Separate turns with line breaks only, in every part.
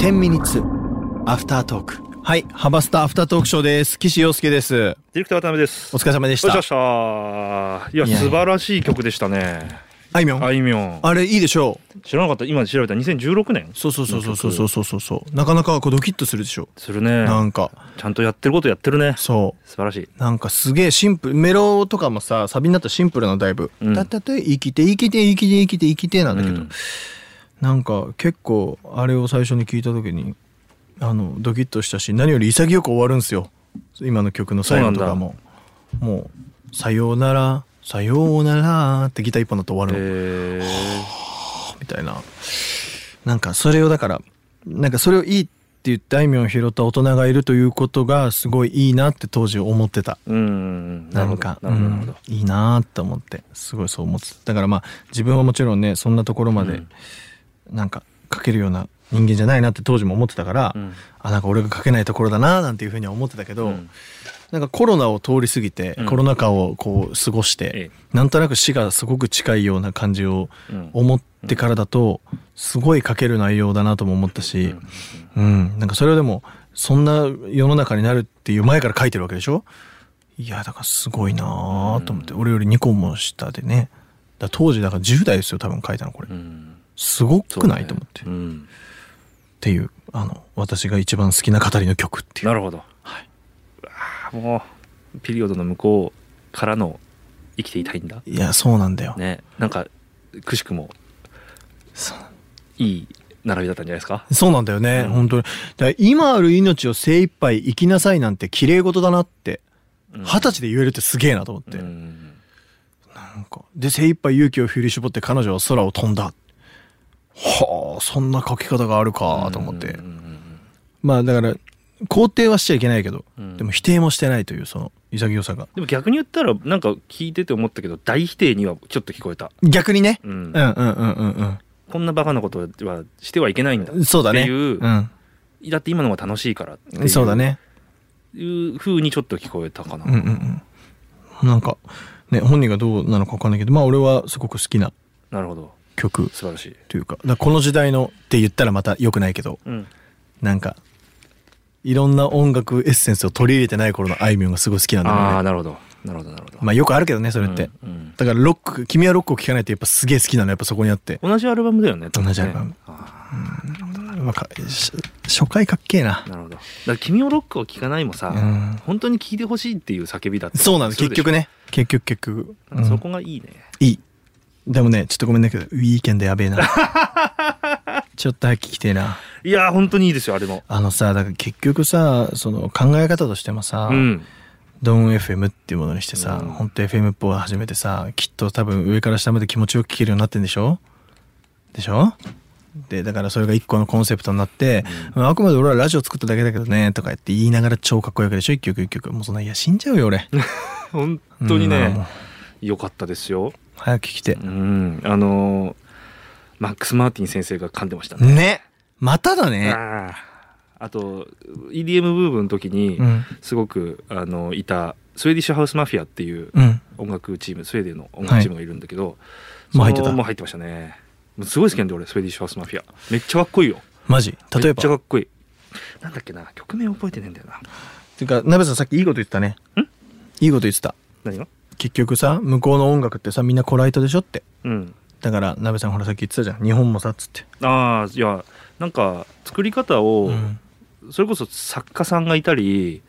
天ミニッツアフタートークはいハバスタアフタートークショーです岸洋介です
ディレクター渡辺です。
お疲れ様でし
お疲れ様
た
でした。いや、
いや
素晴らしい曲でしたね。
あいみょん
あいみょん。
あれいいでしょう
知らなかった。今調べた2016年
そうそうそうそうそうそうそうそうなかなかこうドキッとするでしょ
するね。
なんか
ちゃんとやってることやってるね。
そ
素晴らしい。
うなんかすげえシンプルメロとかもさサビになったらシンプルなのだいぶ「
うん
だったって生きて生きて生きて生きて生きて」なんだけど、
うん
なんか結構あれを最初に聞いた時にあのドキッとしたし何より潔く終わるんですよ今の曲の最後とかももう「さようならさようなら」ってギター一本だと終わるの、
え
みたいななんかそれをだからなんかそれをいいって言ってあいみょんを拾った大人がいるということがすごいいいなって当時思ってた。
ー。うん。な
な
るほ
ん
ど。な
か
るほど。なるほど。
うんいいなーって思ってすごいそう思ってただからまあ自分はもちろんねそんなところま
う
で
ん
なんか書けるような人間じゃないなって当時も思ってたから、
うん
あなんか俺が書けないところだなーなんていうふうには思ってたけど、
うん
なんかコロナを通り過ぎて、
うん
コロナ禍をこう過ごして、
え
なんとなく死がすごく近いような感じを
うん
思ってからだとすごい書ける内容だなとも思ったし、うん、なんかそれをでもそんな世の中になるっていう前から書いてるわけでしょいやだからすごいなあと思って、俺より2個も下でねだから当時だから10代ですよ多分書いたのこれ
うん。
すご
そ
く
う
な
ね
い、と思って、
う
っ
ん。
ていうあの私が一番好きな語りの曲っていう
なるほど。はい。もうピリオドの向こうからの生きていたいんだ。
いやそうなんだよ、
ね。なんかくしくも
そう
いい並びだったんじゃないですか。
そうなんだよね、
うん
本当にだから今ある命を精一杯生きなさいなんて綺麗事だなって
うん
二十歳で言えるってすげえなと思って、
うん
なんかで精一杯勇気を振り絞って彼女は空を飛んだはあそんな書き方があるかと思って、
うんうんうん
まあだから肯定はしちゃいけないけど、
うん
でも否定もしてないというその潔さが
でも逆に言ったらなんか聞いてて思ったけど大否定にはちょっと聞こえた、
逆にね、
う
うんん、うんうんうん
こんなバカなことはしてはいけないんだ
うんそうだね
ってい
う
う
ん
だって今のが楽しいからっていう
そうだね
いう風にちょっと聞こえたかな、
うんうんうんなんかね本人がどうなのか分かんないけどまあ俺はすごく好きな
なるほど
曲
素晴らしい、
というかだからこの時代のって言ったらまた良くないけど
うん、
なんかいろんな音楽エッセンスを取り入れてない頃のあいみょんがすごい好きなんだ
あ
よ
あ
ね
なるほどなるほどなるほど、
まあよくあるけどねそれって、
うんうん
だからロック君はロックを聴かないとやっぱすげえ好きなのやっぱそこにあって
同じアルバムだよね
同じアルバム
あ
なんかし初回かっけえな
ーなるほどだから「君をロックを聴かない」もさ、
うん
本当に聴いてほしいっていう叫びだった
そうなんです結局
ね
ね結局結局、うん
そこがいいね、
いいでもねちょっとごめんだけどウィーケンドやべえな ちょっと早く聞きてえない
やー本当にいいですよあれも
あのさだから結局さその考え方としてもさ、
うん
ドン FM っていうものにしてさ、
うん
ほんと FM っぽい始めてさきっと多分上から下まで気持ちよく聴けるようになってんでしょでしょでだからそれが一個のコンセプトになって、まああくまで俺はラジオ作っただけだけどねとか言って言いながら超かっこよくでしょ一曲一曲もうそんないや死んじゃうよ俺
本当
う
に
ん
ね良かったですよ
早く聴きて
うん、あのーマックス・マーティン先生が噛んでましたね。
ねまただね
あーあと EDM ブームの時に
うん
すごく、あのいたスウェーディッシュハウスマフィアっていう
うん
音楽チームスウェーデンの音楽チームがいるんだけど、そ
もう入
の
ってた
もう入ってましたねもうすごい好きなんで俺スウェーディッシュハウスマフィアめっちゃかっこいいよ
マジ例え
めっちゃか
ば
っこいいなんだっけな曲名覚えてねえんだよな
ていうか鍋さんさっきいいこと言ってたね
ん
いいこと言ってた
何が
結局さ向こうの音楽ってさみんなコライトでしょって
うん
だから鍋さんほらさっき言ってたじゃん日本もさっつって
ああいやなんか作り方を、
うん
それこそ作家さんがいたり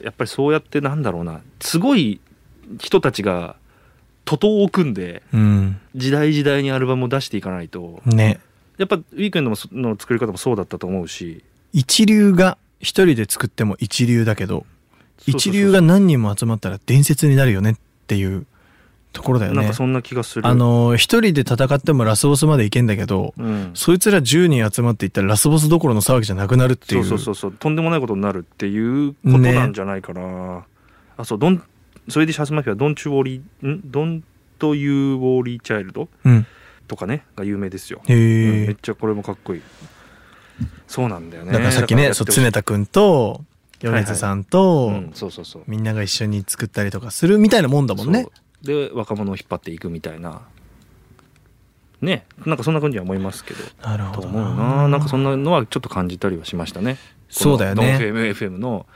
やっぱりそうやってなんだろうなすごい人たちが徒党を組んで
うん
時代時代にアルバムを出していかないと
ね
やっぱウィークエンドもその作り方もそうだったと思うし
一流が一人で作っても一流だけど
そうそう
一
そう
流が何人も集まったら伝説になるよねっていうところだよ
なん
ね
かそんな気がする
あの一人で戦ってもラスボスまで行けんだけど、
うん、
そいつら10人集まっていったらラスボスどころの騒ぎじゃなくなるってい
そううそうそうそうとんでもないことになるっていうことなんじゃないかな、あそうドンそれでシャスマフィア「ドンチュウォーリー」ん「ドンとユーウォーリーチャイルド
うん、」
とかねが有名ですよ、うん
へえ、
めっちゃこれもかっこいいそうなんだよね
だからさっきねそう常
ね
田君と米津さんと、
うん、そうそうそう
みんなが一緒に作ったりとかするみたいなもんだもんね
そうで若者を引っ張っていくみたいなねなんかそんな感じは思いますけど
なるほ
と
ど
思うななんかそんなのはちょっと感じたりはしましたね
そうだよね
このドン FMFM の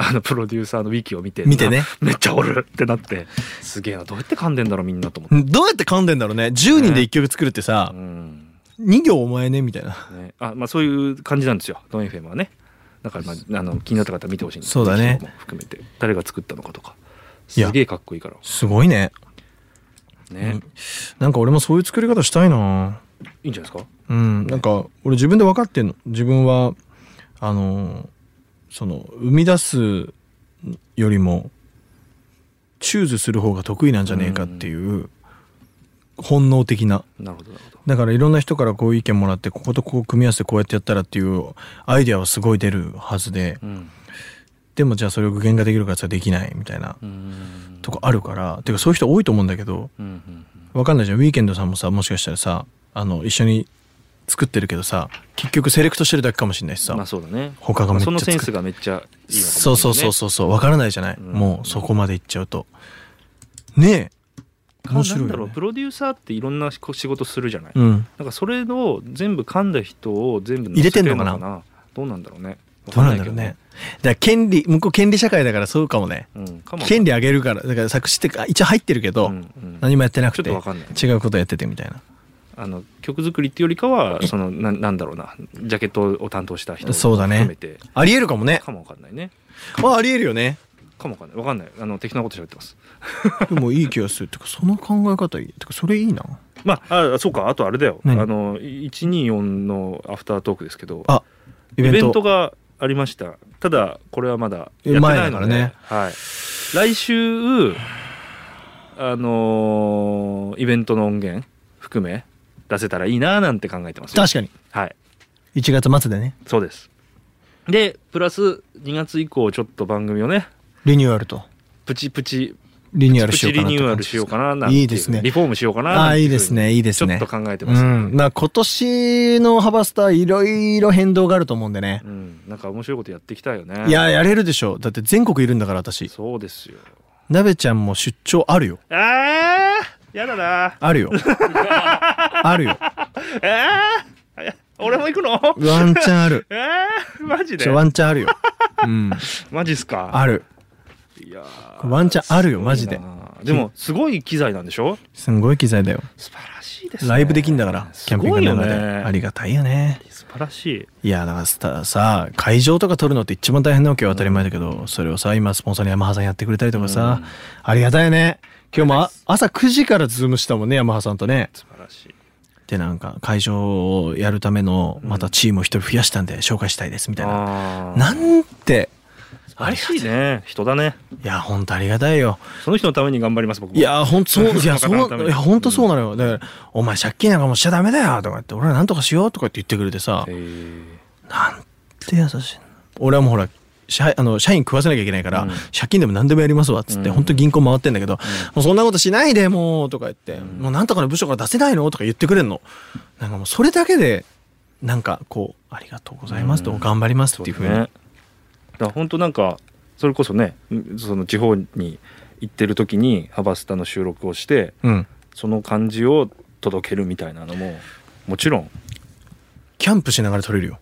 あのプロデューサーのウィキを見て
見てね
めっちゃおるってなってすげえなどうやって噛んでんだろうみんなと思って、
どうやって噛んでんだろうね10人で1曲作るってさ
う、ん
2行お前ねみたいな
ね、あまあそういう感じなんですよドン FM はねだから、まあ、あの気になった方は見てほしいんです
そうだね
ぜひも含めて誰が作ったのかとか
いや
すげえかっこいいから
すごいね
ね、
うんなんか俺もそういう作り方したいない
いんじゃないですか
うんなんか俺自分で分かってんの自分はあのーその生み出すよりもチューズする方が得意なんじゃねえかっていう本能的な
なるほどなるほど
だからいろんな人からこういう意見もらってこことここ組み合わせてこうやってやったらっていうアイデアはすごい出るはずで
うん
でもじゃあそれを具現化できるかって言ったらできないみたいな
うん
とかあるからてかそういう人多いと思うんだけど
うんうんうん
わかんないじゃんウィーケンドさんもさもしかしたらさあの一緒に作ってるけどさ結局セレクトしてるだけかもしれないしさ、
まあそうだね
他がめっちゃ
その
作
セ
っ
ンスがめっちゃいいのかもしれない、ね、
そうそうそうそうそうわからないじゃない、
うん
もうそこまでいっちゃうとねえ面白い
なんだろ
よ、
う
ね
プ、ロデューサーっていろんな仕事するじゃない、
うん
なんかそれを全部噛んだ人を全部乗せ
入れてんのかな
るどうなんだろうね
どうなんだろうねだから権利向こう権利社会だからそうかもね
わかんないけどうんかも
権利あげるからだから作詞ってか一応入ってるけど、
うんうん
何もやってな
ち
く
ょっと
て
わかんない
違うことやっててみたいな
あの曲作りっていうよりかはそのななんだろうなジャケットを担当した人
そうだね
含めて
ありえるかもね
かもわかんないね
あありえるよね
かもわかんないわかんないあの適当なこと喋ってます
でもいい気がするてかその考え方いいてかそれいいな
まああそうかあとあれだよあ
何
の124のアフタートークですけど
あイ
イ
ベ
ベ
ント
ントがありましたただこれはまだやってないので
前だからね
はい、来週あのーイベントの音源含め出せたらいいななんて考えてますよ
確かに
はい
1月末でね
そうですでプラス2月以降ちょっと番組をね
リニューアルと
プチプチ
リニューア
プ
ルしよう
チ
か
リ
な
ニューアルしようかななんて
いいですね
リフォームしようかな
あ
な
あ
んて
いういですねいいですね
ちょっと考えて
う
ます、
んまあ今年のハバスターいろいろ変動があると思うんでね
う、んなんか面白いことやっていきたいよね
いややれるでしょだって全国いるんだから私
そうですよ
なべちゃんも出張あるよ
あーやだな
あるよ あるよ
えー、俺も行くの
ワンチャンある
えー、マジ
ち
で
ょワンチャンあるようん
マジっすか
ある
いやー
ワンチャンあるよ
すごいな
マジで
でもすごい機材なんでしょ
すんごい機材だよ
素晴らしいですね
ライブできんだからキ
す
ャンピン
ご
グ
い
カー
よ
の中
ね
でありがたいよね
素晴らしい
いやだからささ会場とか取るのって一番大変なわけよ当たり前だけど、それをさ今スポンサーのヤマハさんやってくれたりとかさ、
うん
ありがたいよね今日もあ朝9時からズームしたもんねヤマハさんとね
素晴らしい
でなんか会場をやるためのまたチームを一人増やしたんで紹介したいですみたいな、
あー
なんて
素晴らしいね人だね
いやほんとありがたいよ
その人のために頑張ります僕も
いやほんとそう いや
そ
そ
の方のため
う
に
いやほんとそうなのよだから「お前借金なんかもうしちゃダメだよ」とか言って「俺はなんとかしよう」とかって言ってくれてさ、
えー
なんて優しいの俺はもうほら社あの社員食わせなきゃいけないから、
うん
借金でも何でもやりますわっつって、
うん
本当に銀行回ってんだけど、もうそんなことしないでもうとか言って、もうなんとかの部署から出せないのとか言ってくれんのなんかもうそれだけでなんかこうありがとうございますと、
うん
頑張ります
そ
っていうふう
ね
に、
だから本当なんかそれこそねその地方に行ってる時にハバスタの収録をして
うん、
その感じを届けるみたいなのももちろん
キャンプしながら撮れるよ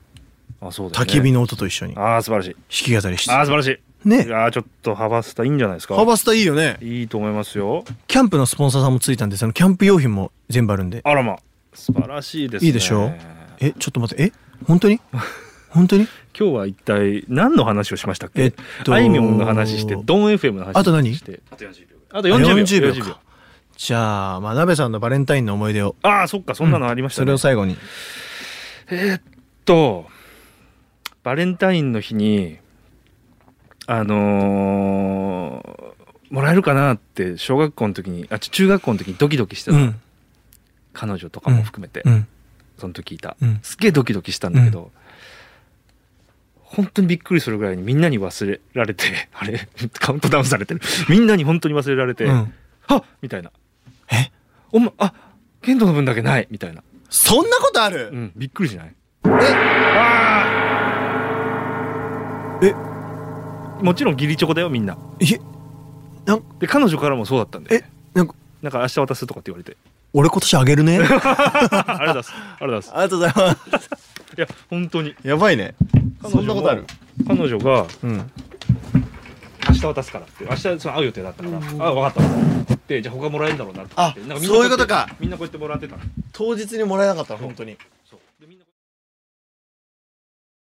あそうだよ
焚
ね
き火の音と一緒に弾
ああ素晴らしい
き語りして
ああ素晴らしいい
ね
やーちょっとハバスタいいんじゃないですか
ハバスタいいよね
いいと思いますよ
キャンプのスポンサーさんもついたんでそのキャンプ用品も全部あるんで
あらま素晴らしいですね
いいでしょえちょっと待ってえ本 当に本当に
今日は一体何の話をしましたっけ
えっと
あいみょんの話してドン FM の話
あと何
してあと40秒あと40秒
あ40秒かじゃあ、まあ、鍋さんのバレンタインの思い出を、
ああそっかそんなのありました
そ
ね、
れを最後に。
とバレンタインの日にあのーもらえるかなって小学校の時にあち中学校の時にドキドキしてた、
うん
彼女とかも含めて、
うん
その時いた、
うん
すげえドキドキしたんだけど、本当にびっくりするぐらいにみんなに忘れられて あれカウントダウンされてるみんなに本当に忘れられて「
うん
はっ!」みたいな
え
「お前あ剣道の分だけない」みたいな、
そんなことある、
うん、びっくりしない
え
もちろん義理チョコだよみんな
えなん
で彼女からもそうだったんで
えなんか
なんか明日渡すとかって言われて
俺今 年あげるねあ
ありがとうございますありがとうございます
りがとうございます
いや本当に
やばいね
彼女も
そんなことある
彼女が
うん
明日渡すからって明日その会う予定だったから、あ分かった分かったでじゃあ他もらえるんだろうなって
あ
なんみんな
そういうことか
みんなこうやってもらってたの
当日にもらえなかったら本当に